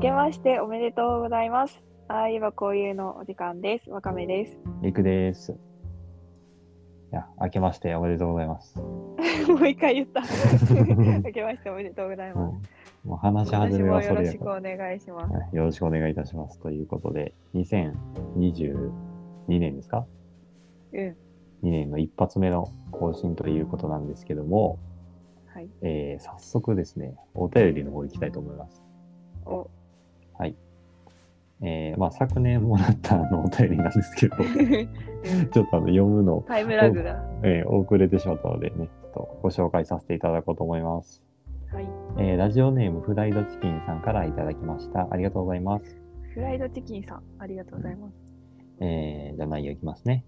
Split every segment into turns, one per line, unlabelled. けましておめでとうございます。ああいえばこういうのお時間です。わかめです。
りくです。いや、明けましておめでとうございます。
もう一回 言った。あけましておめでとうござい
うん
ます。
もう話し
今
始
年
め
も
は
よ
そ
ろ
れ
し
や
く
か
お
ら
願いします。
はいよろしくお願いいたします。ということで、2022年ですか
うん。
?2 年の一発目の更新ということなんですけども、
はい。
えー早速ですね、お便りの方行きたいと思います。
お。
えーまあ、昨年もらったあのお便りなんですけど、 ちょっとあの読むの
タイムラグが。
えー遅れてしまったのでね、ちょっとご紹介させていただこうと思います。
はい。
えーラジオネームフライドチキンさんからいただきました。ありがとうございます。
フライドチキンさん、ありがとうございます。
えーじゃあ内容いきますね。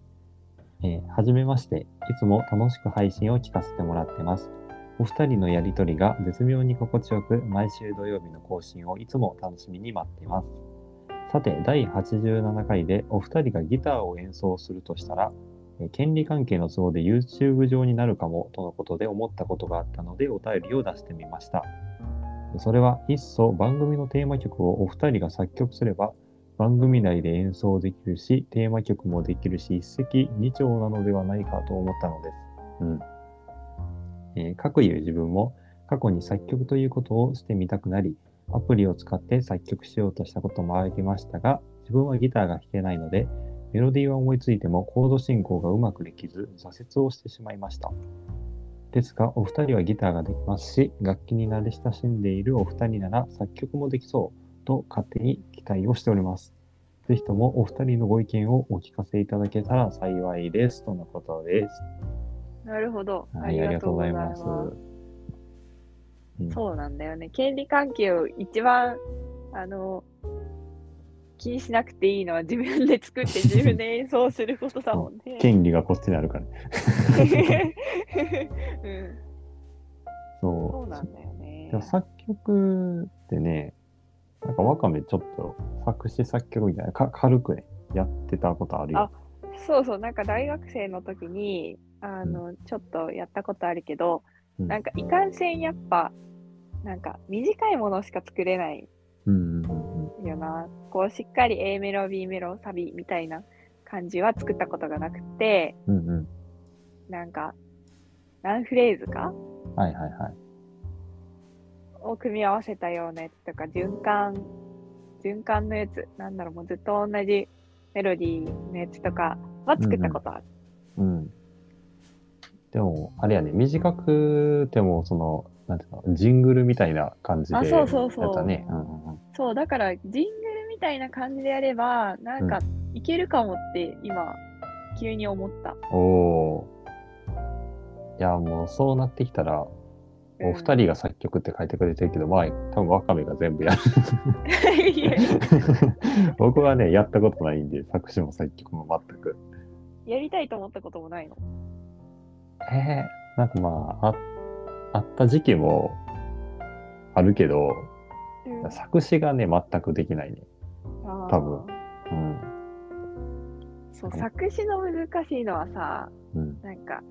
えーはじめまして。いつも楽しく配信を聞かせてもらってます。お二人のやりとりが絶妙に心地よく、毎週土曜日の更新をいつも楽しみに待っています。さて、第87回でお二人がギターを演奏するとしたら、えー権利関係の都合で YouTube 上になるかもとのことで思ったことがあったのでお便りを出してみました。それはいっそ番組のテーマ曲をお二人が作曲すれば番組内で演奏できるし、テーマ曲もできるし、一石二鳥なのではないかと思ったのです。うん。えーかくいう自分も過去に作曲ということをしてみたくなり、アプリを使って作曲しようとしたこともありましたが、自分はギターが弾けないので、メロディーは思いついてもコード進行がうまくできず、挫折をしてしまいました。ですが、お二人はギターができますし、楽器に慣れ親しんでいるお二人なら作曲もできそうと勝手に期待をしております。ぜひともお二人のご意見をお聞かせいただけたら幸いです。とのことです。
なるほど。
はい、ありがとうございます。うん
そうなんだよね。権利関係を一番、あの、気にしなくていいのは自分で作って自分で演奏することだもんね。
権利がこっちにあるからね。
うん、
そう。
そうなんだよね
でも。作曲ってね、なんかワカメちょっと作詞作曲みたいな、か軽くね、やってたことあるよ。
そうそう、なんか大学生の時に、あの、ちょっとやったことあるけど、
うん
なんかいかんせんやっぱ、なんか短いものしか作れない
うんうんうん。
よな。こう、しっかり A メロ、B メロ、サビみたいな感じは作ったことがなくて、
うんう
なんか、何フレーズか
ん。はいはいはい。
を組み合わせたようなやつとか、循環、循環のやつ、なんだろう、もうずっと同じメロディーのやつとかは作ったことある。
うん。でも、あれやね、短くても、その、なんていうの、ジングルみたいな感じで、
あそうそうそう
やったね。うんうんうん。
そう、だから、ジングルみたいな感じでやれば、なんか、いけるかもって、今、急に思った。
おおー。いや、もうそうなってきたら、お二人が作曲って書いてくれてるけど、まあ、多分ワカメが全部やる。
人 いや
僕はね、やったことないんで、作詞も作曲も全く。
やりたいと思ったこともないの。
えー、なんかまあ、ああった時期もあるけど、
うん
作詞がね、全くできないね。
あー
多分うん。
そう、作詞の難しいのはさ、
うん。
なんか、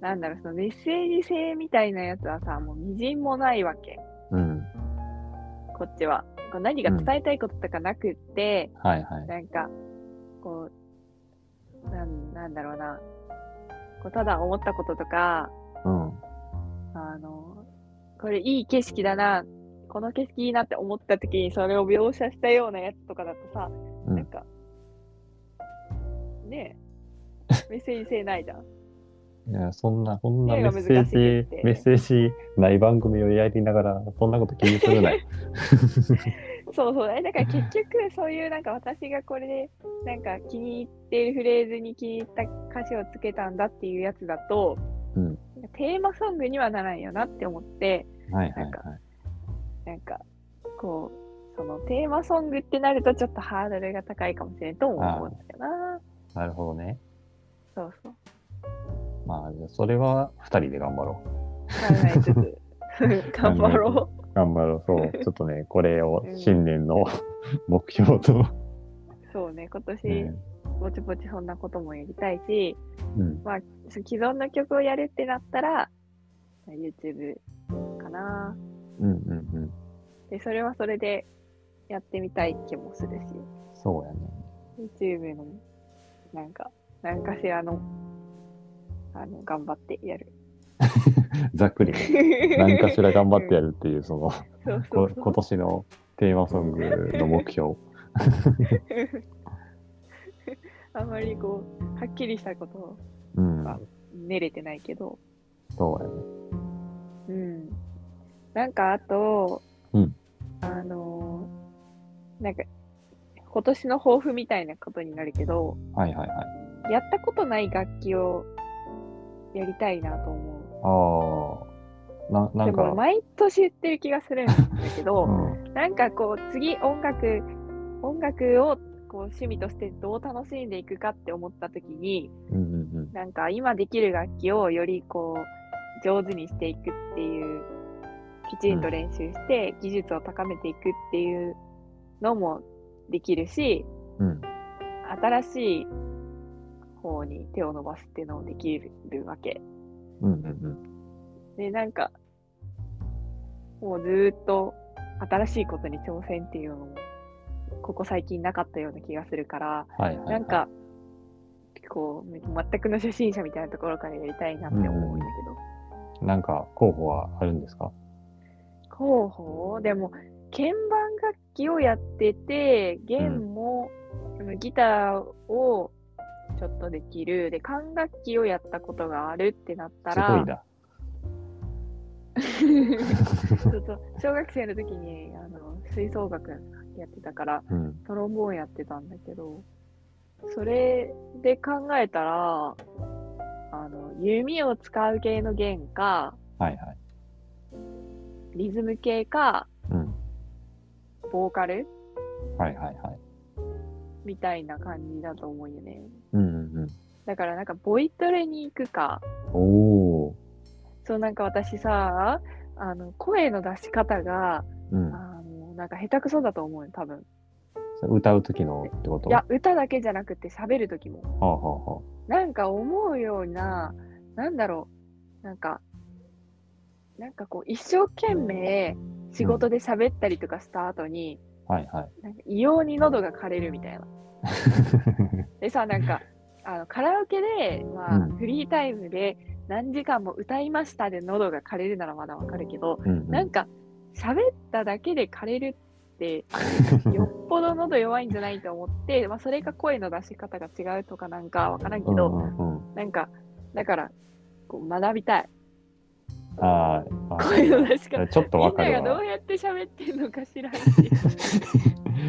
なんだろう、そのメッセージ性みたいなやつはさ、もうみじんもないわけ、
うん。
こっちは。こう何が伝えたいこととかなくって、
はいはい。
なんか、こう、なんなんだろうな、こうただ思ったこととか、
うん。
あの、これいい景色だな、この景色いいなって思った時にそれを描写したようなやつとかだとさ、
うん
なんか、ねえ、メッセージ性ないじゃん。
いや、そんな、こんな
ね
メッセー
難しいっ
ジ
て、
メッセージない番組をやりながら、そんなこと気にするなよ。
そうそう、えだから結局、そういうなんか私がこれで、なんか気に入っているフレーズに気に入った歌詞をつけたんだっていうやつだと、
うん
テーマソングにはならんよなって思って、
はいは
な
いは
ん
い
か。なんか、こう、そのテーマソングってなるとちょっとハードルが高いかもしれんとも思うんだよな。
なるほどね。
そうそう。
まあ、じゃあそれは2人で頑張ろ
考えつつ、頑張ろ
う。頑張ろう。 そう。ちょっとね、これを
うん
新年の 目標と。
う。そうね、今
う
年、
ん。
ぼちぼちそんなこともやりたいし、
うん
その既存の曲をやるってなったら、YouTube かな。
うんうんうん。
で、それはそれで、やってみたい気もするし、
そうやね。
YouTube の、なんか、なんかしらの、あの、頑張ってやる。
ざっく りね。何かしら頑張ってや
る。
るっていう、そ の、
そう そ
こ
うそう
今年のテーマソングの目 標。
あまりこう、はっきりしたこと
うん。
が練れてないけど、
そうやね。
うん。なんかあと、
うん
あのーなんか、今年の抱負みたいなことになるけど、
はいはいはい。
やったことない楽器をやりたいなと思
ああ。な、
う。
な
で
んか
も、毎年言ってる気がするんだけ
う
ど、
ん。
なんかこう、次音楽、音楽をこう趣味としてどう楽しんでいくかって思った時に、
うんうんうん。
なんか今できる楽器をよりこう上手にしていくっていうきちんと練習して技術を高めていくっていうのもできるし
うん。
新しい方に手を伸ばすっていうのもできるわけ
うんうん
でなんかもうずーっと新しいことに挑戦っていうのもここ最近なかったような気がするから
うん。はいはい、はい。
なんかこう全くの初心者みたいなところからやりたいなって思うんだけど。
なんか候補はあるんですか
候補でも鍵盤楽器をやってて弦も、そのギターをちょっとできるで管楽器をやったことがあるってなった
す
ら
ごいな。
ちょっと小学生の時にあの吹奏楽やってたから
うん。
トロンボーンやってたんだけどそれで考えたらあの弓を使う系の弦か
はいはい。
リズム系か
うん。
ボーカル
はいはいはい。
みたいな感じだと思うよね。
うんうんうん。
だからなんかボイトレに行くか、
おお。
そうなんか私さ、あの声の出し方が、
うん
あ。のなんか下手くそだと思うよ、多分。
それ歌う時のってこと
いや、歌だけじゃなくて喋る時も。
はあ、はあは
なんか思うような、なんだろう、なんか、なんかこう一生懸命仕事で喋ったりとかした後に、
あ、はい はい。
なんか異様に喉が枯れるみたいな。でさなんかあのカラオケで、まあ
うん
フリータイムで何時間も歌いましたで喉が枯れるならまだわかるけど、
うんうん
なんか喋っただけで枯れるってよっぽど喉弱いんじゃないと思って、 まあ、それが声の出し方が違うとかなんかわからんけ
う
ど、
んうんうん、
なんかだからこう学びたい
あーあー。
声の出し方
ちょっと
み
わ
ん
か
な
る
がど
わ
う。やって喋ってんのか知らんし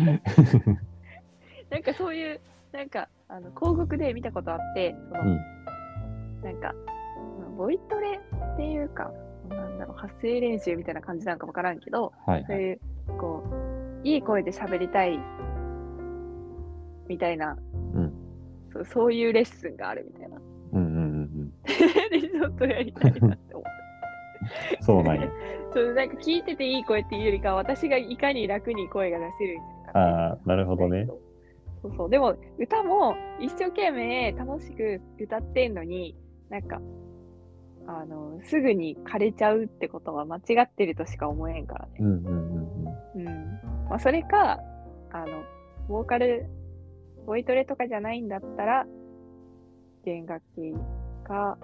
なんかそういうなんかあの広告で見たことあってその、
うん
なんかまあボイトレっていうかなんだろう発声練習みたいな感じなんかわからんけど
はい
そう
はい。
いうこういい声で喋りたいみたいな、
うん
そうそういうレッスンがあるみたいな
うんうんうん
でちょっとやりたいなって思 って
うん。そうなんや。
そうなんか聞いてていい声っていうよりかは私がいかに楽に声が出せるか
ああ、なるほどね。
そうそうでも歌も一生懸命楽しく歌ってんのになんかあのすぐに枯れちゃうってことは間違ってるとしか思えへんから
う
ね、
んうんうんうん。
うんまあ、それかあのボーカルボイトレとかじゃないんだったら弦楽器か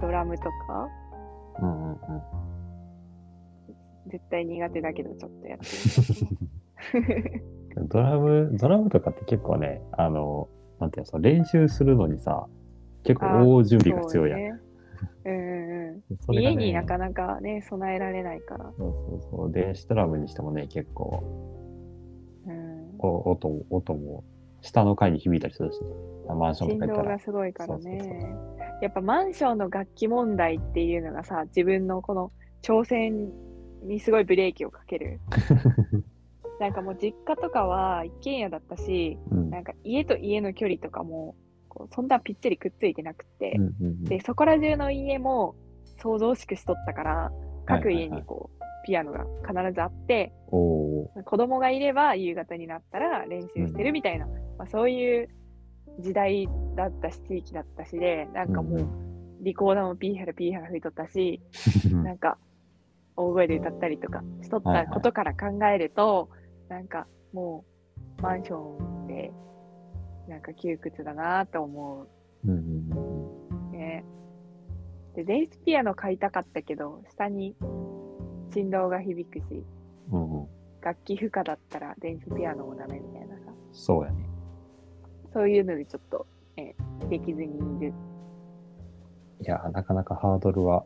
ドラムとか
うんうん うん。
絶対苦手だけどちょっとやって
ドラム、ドラムとかって結構ね、あの、なんていうの、その練習するのにさ、結構大準備が必要やん。
そうねうんうんう
そ
ん、
れが
家
ね
になかなかね備えられないから、
そうそうそう。電子ドラムにしてもね、結構、
うん、
お音も、音も、下の階に響いたりするしね。マンション
振
とか行っ
動
たら
が。すごいからね
そうそう
やっぱマンションの楽器問題っていうのがさ自分のこの挑戦にすごいブレーキをかけ るなんかもう実家とかは一軒家だったし
うん。
なんか家と家の距離とかもこうそんなぴっちりくっついてなくて、
うんうんうん
でそこら中の家も想像しくしとったから各家にこう、ピアノが必ずあって
お お
子供がいれば夕方になったら練習してるみたいな、まあ、そういう時代だったし地域だったしでなんかも
うんう
うリコーダーもピーハラピーハラ吹いとったし、
ー。
なんか大声で歌ったりとかしとっ
はいは
た
い
ことから考えると、なんかもうマンションでなんか窮屈だなと思
うんうんうんうん。
うね。で、電子ピアノ買いたかったけど、下に振動が響くし、
うんうん。
楽器負荷だったら電子ピアノもダメみたいなさ、
そうやね。
そういうのでちょっと、えできずにいる。
いやー、なかなかハードルは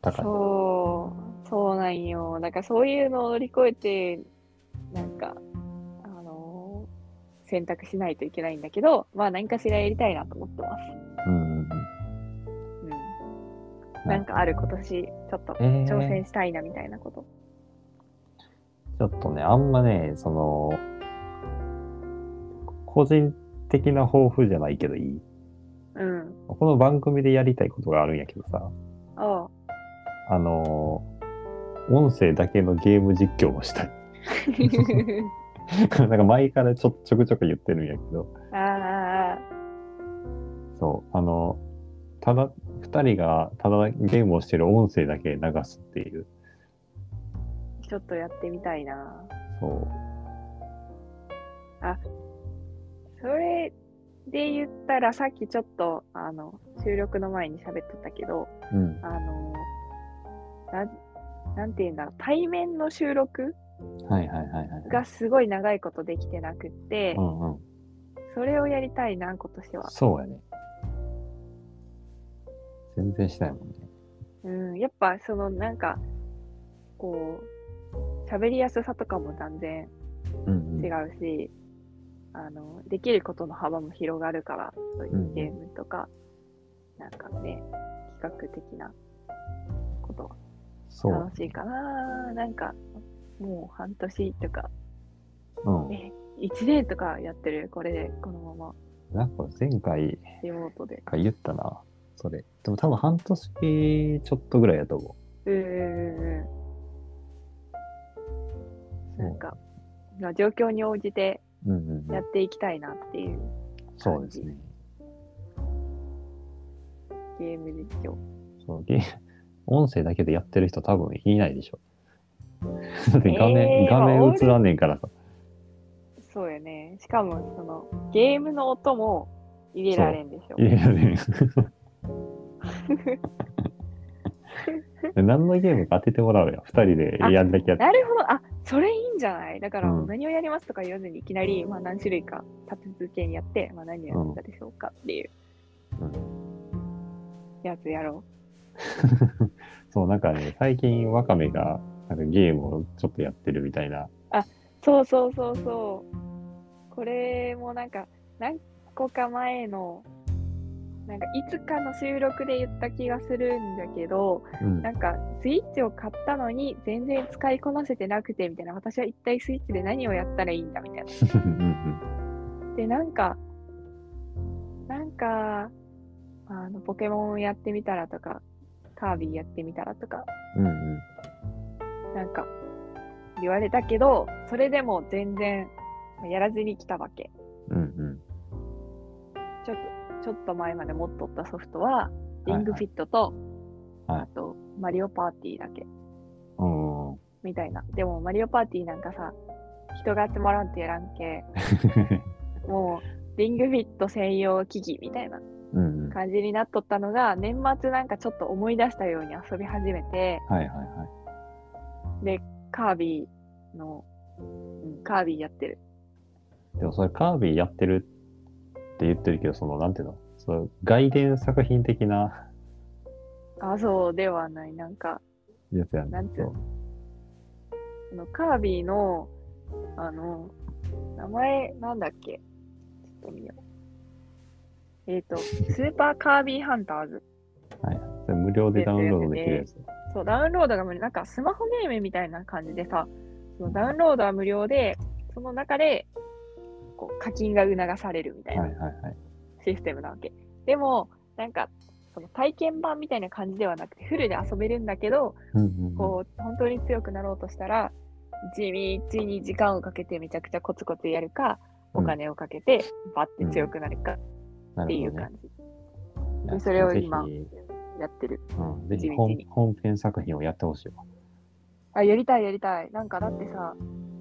高い。
そう、そうなんよ。なんかそういうのを乗り越えて、なんか、あのー選択しないといけないんだけど、まあ何かしらやりたいなと思ってます。
うんうん
うん。
な
なんかある今年、ちょっと
うん。えー
挑戦したいなみたいなこと。
ちょっとね、あんまね、その、個人的な抱負じゃないけどいい。
うん。
この番組でやりたいことがあるんやけどさ、
お う
あのー音声だけのゲーム実況もしたい。 なんか前からちょちょくちょく言ってるんやけど、
ああ、
そう、あの、ただ、二人がただゲームをしてる音声だけ流すっていう、
ちょっとやってみたいな。
そう、
それで言ったら、さっきちょっと、あの、収録の前に喋っとったけど、
うん、
あの、なん、なんて言うんだろう、対面の収録
はいはいはいはい。
がすごい長いことできてなくって
う、んうん、
それをやりたいな、今年は。
そうやね。全然しないもんね。
うん、やっぱそのなんか、こう、喋りやすさとかも断然
うんうん、
違うし、あの、できることの幅も広がるから、そうい
んう
うんゲームとか、なんかね、企画的なこと
そう。
楽しいかな。なんか、もう半年とか
うん。
ね、1年とかやってる、これで、このまま、
なんか前回
リモートで。
か言ったな、それ。でも多分半年ちょっとぐらいやと思
うーん。
う。
なんか、まあ状況に応じて
そう、うんうんう
や
ん、
っていきたいなっていう
そうですね。
ゲーム実況。
そうゲー音声だけでやってる人多分いないでしょ。だって画面、
えー
画
まあ
面
俺
映らねえからさ。
そうやね。しかも、その、ゲームの音も入れられんでしょ。
いやいや ね。何のゲームか当ててもらうよ。二人でやんだけやって。
なるほど。あ、それいいんじゃないだから、
うん
何をやりますとか言わずに、いきなり、まあ何種類か立て続けにやって、まあ何をやったでしょうかっていう、
うん
やつやろ
そう、なんかね、最近ワカメがなんかゲームをちょっとやってるみたいな。
う。そうそうそうそう。これもなんか、何個か前の、なんかいつかの収録で言った気がするんだけど、
うん
なんかスイッチを買ったのに全然使いこなせてなくてみたいな、私は一体スイッチで何をやったらいいんだみたいな。
うん
で、なんか、なんか、あの、ポケモンやってみたらとか、カービィやってみたらとか、
うん。うんうん。
なんか、言われたけど、それでも全然、やらずに来たわけ。
うんうん。
ちょっと、ちょっと前まで持っとったソフトは、リングフィットと、
はい
あと、マリオパーティーだけ、
うん。
みたいな。でも、マリオパーティーなんかさ、人が集まらんとやらんけ、もう、リングフィット専用機器みたいな。
うんうん。はい
感じになっとったのが年末なんかちょっと思い出したように遊び始めて
はいはい。
カービィの、うん、カービィやってる
でもそれカービィやってるって言ってるけど、その、なんていうのその外伝作品的な
あそうではないなんか
やつやね。
なんつう
そう
あのカービィのあの名前なんだっけちょっと見ようえっ、とスーパーカービィハンターズ
それ無料でダウンロードできるやつ。
そうダウンロードが無料なんかスマホゲームみたいな感じでさそのダウンロードは無料でその中でこう課金が促されるみたいな
はいはいはい。
システムなわけ。でも、なんか、その体験版みたいな感じではなくて、フルで遊べるんだけど、
うんうんうん
こう、本当に強くなろうとしたら、地道に時間をかけてめちゃくちゃコツコツやるか、お金をかけてバッて強くなるか
な
っていう
るほどね
感じ。
い
で
や
それを今
ぜひ
やってる。
うん、ぜひ
地道に
本本編作品をやってほしいわ。
あ、やりたいやりたい。なんかだってさ、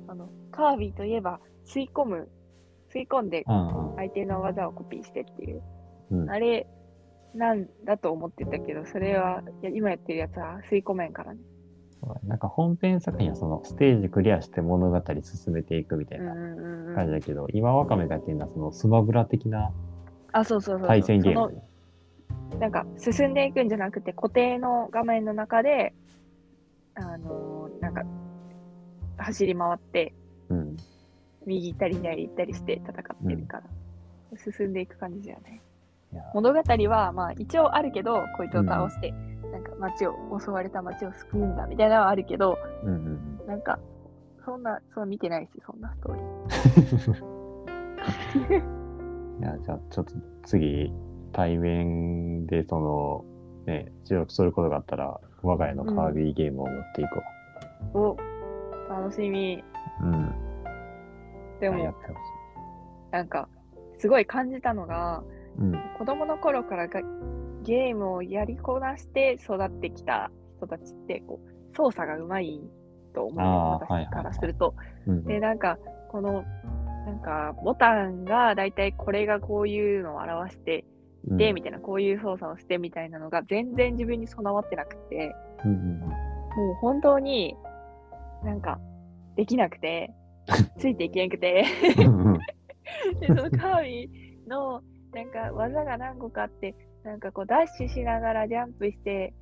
あのカービィといえば吸い込む吸い込んで
うん
相手の技をコピーしてっていう、
うん
あれなんだと思ってたけどそれはいや今やってるやつは吸い込めんからね
うん、なんか本編作品はそのステージクリアして物語進めていくみたい
うんう
なん
うんう
感じ
ん
だけど、今ワカメがやってるのはそのスマブラ的な
あそうそうそうそう
対戦ゲー
そ
ム。
のなんか進んでいくんじゃなくて固定の画面の中であのーなんか走り回って
うん、
右行ったり左行ったりして戦ってるから、進んでいく感じだよね
いや
物語はまあ一応あるけどこいつを倒して、なんか町を襲われた町を救うんだみたいなのはあるけど
うんうんうん。
なんかそんなそう見てないしそんなストーリー
いや、じゃあちょっと次、対面でその、ね、収録することがあったら、我が家のカービィゲームを持っていこ
を楽しみ
う。うん。
で
やっ
も
てほし
なんかすごい感じたのが
い。うん。
子供の頃からがゲームをやりこなして育ってきた人たちってこう操作がうまいと思う
あ
よ
ーはいはい
私
は
か
い
らすると。
うん、
でなんかこのなんかボタンがだいたいこれがこういうのを表して
うん
で、みたいなこういう操作をしてみたいなのが全然自分に備わってなくて
うんうん
もう本当になんかできなく てついていけんくて
うんうんうん
でそのカービィのなんか技が何個かあってなんかこうダッシュしながらジャンプして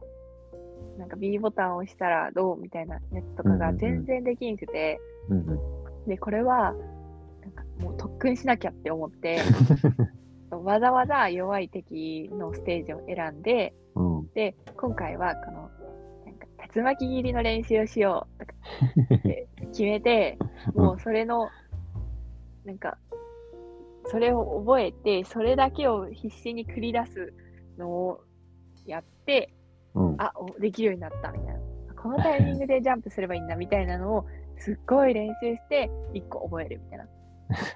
なんか B ボタンを押したらどうみたいなやつとか
うんうんう
が
ん
全然できんくて、
うんうん。
でこれはなんかもう特訓しなきゃって思ってわざわざ弱い敵のステージを選んで
うんうん
で今回はこのなんか竜巻切りの練習をしようとかって決めて
うん
もうそれのなんかそれを覚えてそれだけを必死に繰り出すのをやって
うん
あおできるようになったみたいなこのタイミングでジャンプすればいいんだみたいなのをすっごい練習して1個覚えるみたいな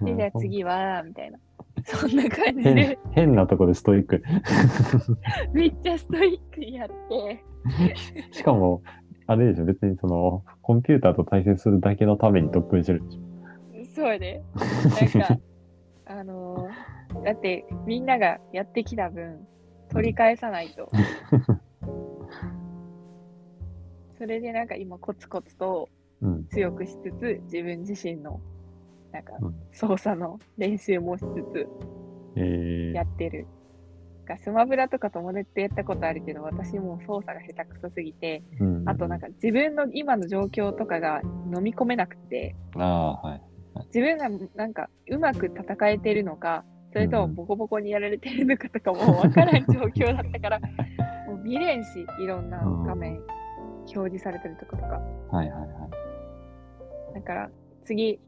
でじゃあ次はみたいなそんな感じ
変
で
変なとこでストイック。
めっちゃストイックにやって。
しかも、あれでしょ、別にその、コンピューターと対戦するだけのために特訓してるでしょ。
そうやで。なんか、あのーだってみんながやってきた分、取り返さないと。それでなんか今コツコツと
うん。
強くしつつ、自分自身の、なんか
うん
操作の練習もしつつ
えー
やってる。なんかスマブラとか友達とやったことあるけど、私もう操作が下手くそすぎて、
うん、
あとなん
か。
か自分の今の状況とかが飲み込めなくて、
ああ、はい。
自分がなんかうまく戦えてるのかそれともボコボコにやられてるのかとかも分からん状況だったからもう見れんしいろんな画面表示されてるとことか
はいはいはい。
だから次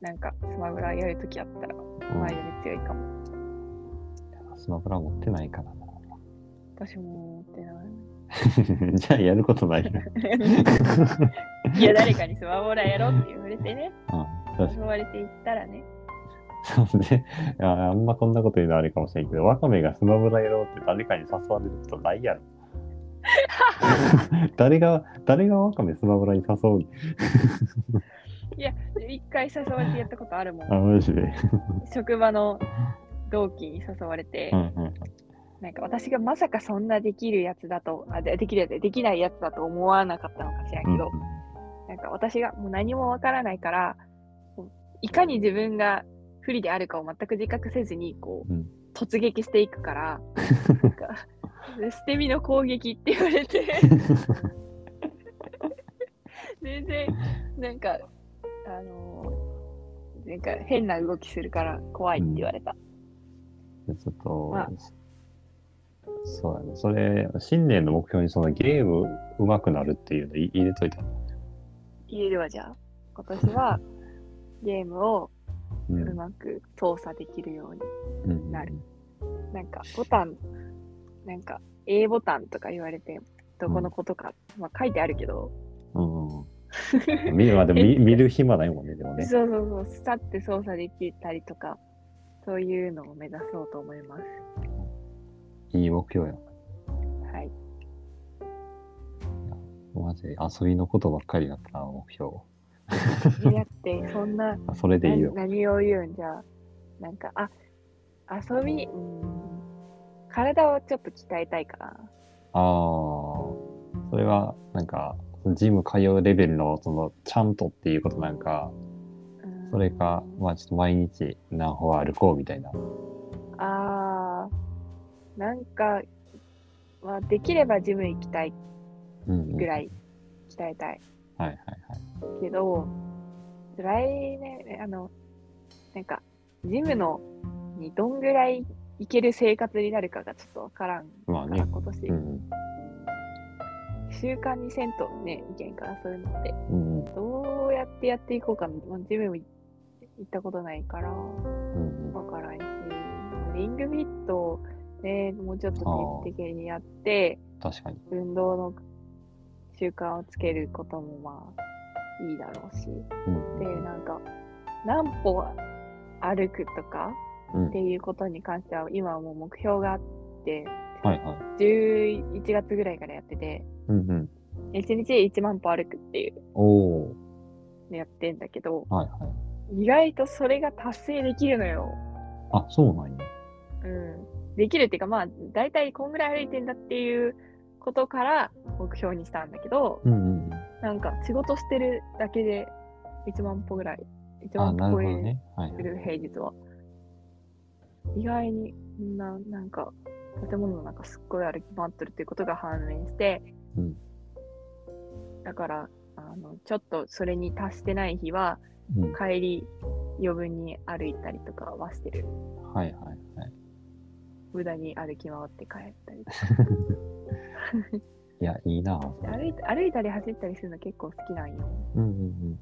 なんかスマブラやるときあったら
うん
前より強いかも
スマブラ持ってないから な。
私も思ってな
じゃあやることな いな。
いいや誰かにスマブラやろうって言われてね
うん、確
誘われていったらね
かに。で、ああんまこんなこと言うのはあれかもしれんけど、ワカメがスマブラやろうって誰かに誘われることない やろ。誰が、誰がワカメスマブラに誘うの
一回誘われてやったことあるも
あ、
ん
マジで。
職場の同期に誘われて、
うんうん。
なんか私がまさかそんなできるやつだと、あでできるやつできないやつだと思わなかったのかしらんけど、なんか私がもう何もわからないから、こういかに自分が不利であるかを全く自覚せずにこう、
うん
突撃していくから、なんか捨て身の攻撃って言われて、全然なんか、あのーなんか変な動きするから怖いって言われた。
でちょっと、
まあ
そうやね。それ、新年の目標にそのゲーム上手くなるっていうのい入れといたら。
入れるわじゃあ、今年はゲームを
う
うまく操作できるように、
うん
なる。なんかボタンなんか A ボタンとか言われてどこのことか、まあ、書いてあるけど、
うんうんうん。見る、まあでも 見見る暇ないもんね、でもね。
そうそうそうさって操作できたりとかそういうのを目指そうと思います
いい目標や。
はい
マジで遊びのことばっかりだったな、目標。
君だってそんな
あそれでいいよ。
な何を言うんじゃあなんかあ遊びうん体をちょっと鍛えたいから
ああ、それはなんか、ジム通うレベルの、その、ちゃんとっていうことなんか、
うん
それか、まあちょっと毎日何歩歩こうみたいな。
あーなんか、まあ、できればジム行きたい
うん、う
ぐ
ん。はい
らい鍛えたい
はいはい。
けど、来年あのなんかジムのにどんぐらい行ける生活になるかがちょっとわからんか
まあ
ら、
ね。
今年、
うん
習慣にせんとね意見からそういうのって
うん。うん
どうやってやっていこうかもうジムも行ったことないから
うん。うん
わからんしリングフィットをねもうちょっと定期的にやって
確かに。
運動の習慣をつけることもまあいいだろうし
うん。
でなんか何歩歩くとか
うん
っていうことに関しては今はもう目標があって
はいはい。
11月ぐらいからやってて
うんうん。
1日1万歩歩くっていう
おお。
のやってんだけど
はいはい。
意外とそれが達成できるのよ。
あ、そうなんや。
うん、できるっていうかまあ大体こんぐらい歩いてんだっていうことから目標にしたんだけど
うんうんうん。
なんか仕事してるだけで1万歩ぐらい1
あ、
万
なる
歩
ほ
超
ど
え
ね。はいはい。
る平日は、意外にみんななんか建物の中すっごい歩き回ってるっていうことが判明して、
うん
だからあのちょっとそれに達してない日は
うん。
帰り余分に歩いたりとかはしてる
はいはいはい。
無駄に歩き回って帰ったりとか
いや、いいなぁ。そ
歩
れ
いた歩いたり走ったりするの結構好きなんよ。
うんうん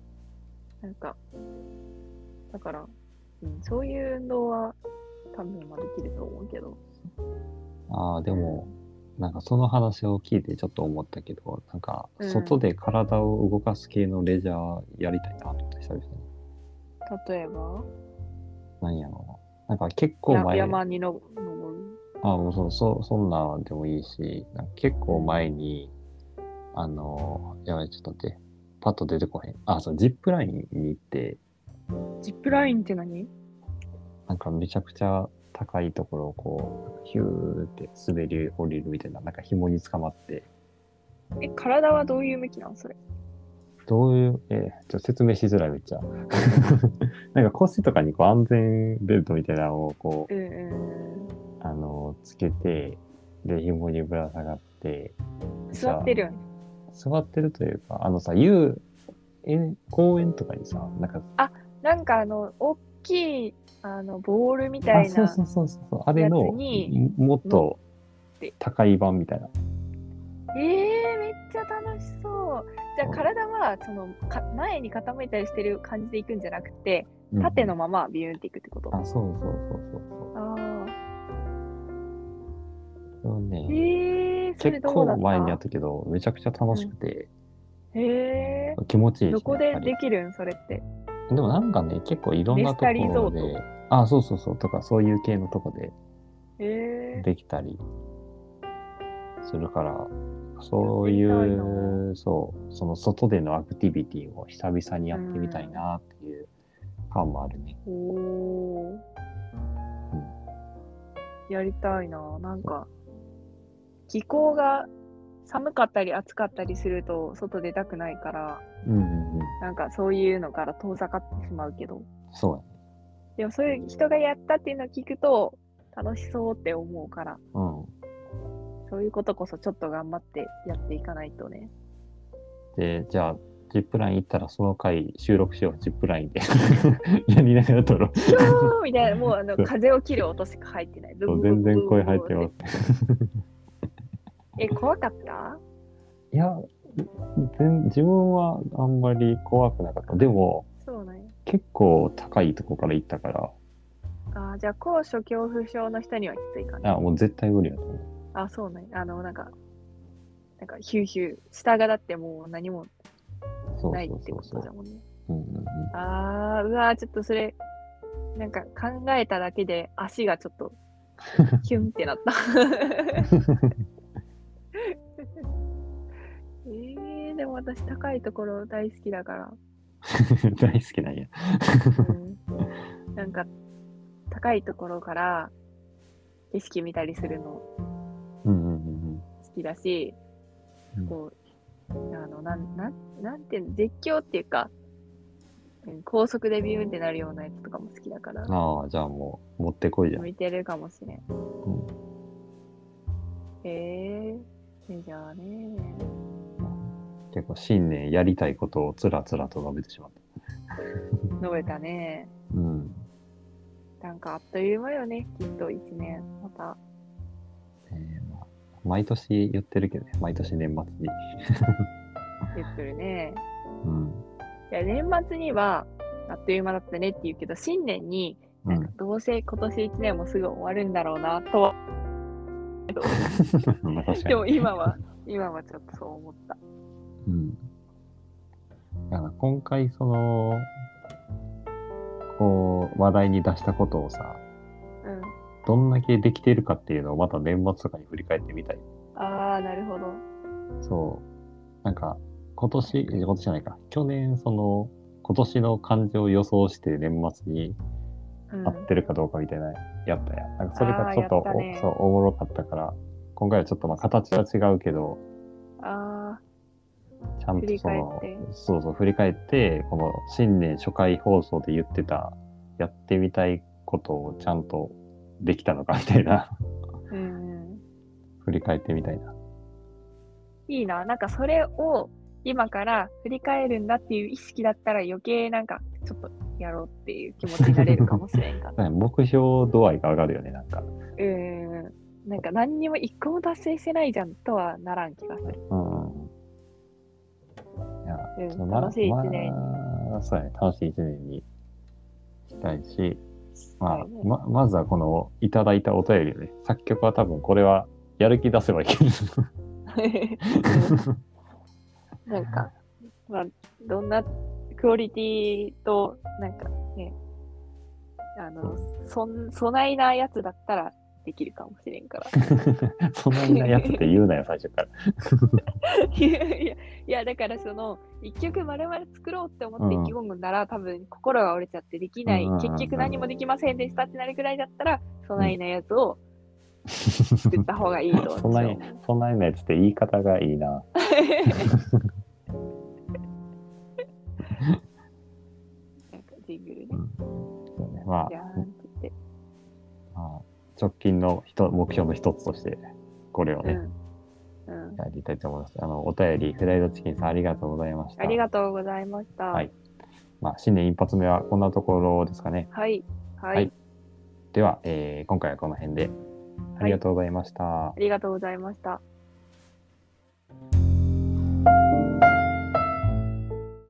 なんか、だから、うん、そういう運動は多分まあできると思うけど。
うん。ああ、でも、なんかその話を聞いてちょっと思ったけど、なんか
うん
外で体を動かす系のレジャーやりたいなと思って久々に。
例えば、
何やろうな。なんか結構
や
前、
山にの登る。
あもうそうそうそんなんでもいいし、なんか結構前に、あの、やばい、ちょっと待って、パッと出てこへん。あ、そう、ジップラインに行って、
ジップラインって何
なんかめちゃくちゃ高いところをこう、ヒューって滑り降りるみたいな、なんか紐につかまって、
え、体はどういう向きなんそれ。
どういう、えーちょっと説明しづらいめっちゃ。 なんか腰とかにこう安全ベルトみたいなのをこ
うんうんう
う、あのつけて、で、紐にぶら下がって。
ん。座ってるよね。
座ってるというか、あのさ、遊園、公園とかにさ、なんか、
なんかあの、大きい、あの、ボールみた
あ、
い
そう
な
そうそうそう、あれの、
やつに
ももっと
て
高い版みたいな。
えー、めっちゃ楽しそう。じゃあ体はそのか前に傾いたりしてる感じでいくんじゃなくて、
うん
縦の。ままビューンっていくってこと。あ
あ、そうそうそうそうそう。
あ
それを
ー。
ね、
えー、それ
結
どうだ
構
った
前にやったけど、めちゃくちゃ楽しくて、
え
気持ちいい
ー、
し、ね。
どこ
や
で
っぱり
できるんそれって。
でもなんかね、結構いろんなとこ
レスタリゾ
ろで
ー、
あ、そうそうそう、とか、そういう系のとこで
えー、
できたりするから、そうい、
やってみたいう
そう、その外でのアクティビティを久々にやってみたいなっていう感もあるね。
おー。やりたいな。なんか、気候が寒かったり暑かったりすると外出たくないから、
うんうんうん。
なんかそういうのから遠ざかってしまうけど。
そうやね。
でもそういう人がやったっていうのを聞くと楽しそうって思うから、
うん。
そういうことこそちょっと頑張ってやっていかないとね。
で、じゃあ、ジップライン行ったらその回収録しよう、ジップライン で。やりながら撮ろう。
キョーみたいな、もうあの
そう
風を切る音しか入ってない。ブ
そ
ン
う
ブン
全
ブン
然
ブン
声入ってます。
え、怖かった
いや、全自分はあんまり怖くなかった。でも、
そうなんや。
結構高いとこから行ったから、
あーじゃあ高所恐怖症の人にはきついかな。
あ、もう絶対無理やと思う。
あそうなんや。あの、なんか、なんかヒューヒュー、下がだってもう何も
そう
ない
そ
ってこ
うそ
と
うそ
だ
う。
もんね。
うんうんうん、
あー、うわー、ちょっとそれ、なんか考えただけで足がちょっと、キュンってなった。えー、でも私高いところ大好きだから、
大好きなんや。
うんなんか高いところから景色見たりするの
うんうんうん
好きだし、
うん
こうあのなんなんなんていうの絶叫っていうかうん高速でビューンってなるようなやつとかも好きだから
うん。ああ、じゃあもう、持ってこいじゃん。
向いてるかもしれん。
ん
ええじゃあね
結構新年やりたいことをつらつらと述べてしまった。
述べたね
うん。
なんかあっという間よねきっと一年また
えーまあ、毎年言ってるけどね、毎年年末に。
言ってるね
うん。
いや年末にはあっという間だったねって言うけど新年に
う
なんかどうせ今年1年もすぐ終わるんだろうなとは
ん。まあ 確か
で
に。
も今は今はちょっとそう思った
うん。だから今回その、こう、話題に出したことをさ、
うん
どんだけできてるかっていうのをまた年末とかに振り返ってみたい。
ああなるほど
そう。なんか、今年、え今年じゃないか。去年、その、今年の感情を予想して年末に
うん
合ってるかどうかみたいな、やったやん。なんかそれがちょっと
あーやったね
おそう、おもろかったから、今回はちょっとまあ形は違うけど、
あ
ちゃんとその
振り返っ、
そうそう、振り返って、この新年初回放送で言ってた、やってみたいことをちゃんとできたのかみたいな、
あうんうん
振り返ってみたいな。
いいななんかそれを今から振り返るんだっていう意識だったら余計なんかちょっとやろうっていう気持ちになれるかもしれんか
なんか目標度合いが上がるよね、なんか。
うんなんか何にも一個も達成してないじゃんとはならん気がする、
うん。いや、
うん
ちょっとま
楽しい一年に、
まあそうやね、楽しい一年にしたいし、ま
は
あ
い、
ままずはこのいただいたお便りをね、作曲は多分これはやる気出せばいける。
なんか、まあ、どんなクオリティと、なんかね、あの、そん、そないなやつだったらできるかもしれん から。
そんなやつって言うなよ、最初 から。
いやいや、いやだからその、一曲丸々作ろうって思って意気込むなら、多分心が折れちゃってできない、
うんうんうんうん
結局何もできませんでしたってなるくらいだったら、そないなやつを作った方がいいと
そん
私
な
は
に
思う。
そんなようなやつって言い方がいいな。
なんかジングルね。
そうねまあ
じゃーんって言って。
まあ、直近の一目標の一つとして、これをね、
うん。うん。
やりたいと思います。あの、お便り、フライドチキンさんありがとうございました。
ありがとうございました。
はいまあ、新年一発目はこんなところですかね。
はい。はい。
はいでは、えー今回はこの辺で、ありがとうございました。
ありがとうございました。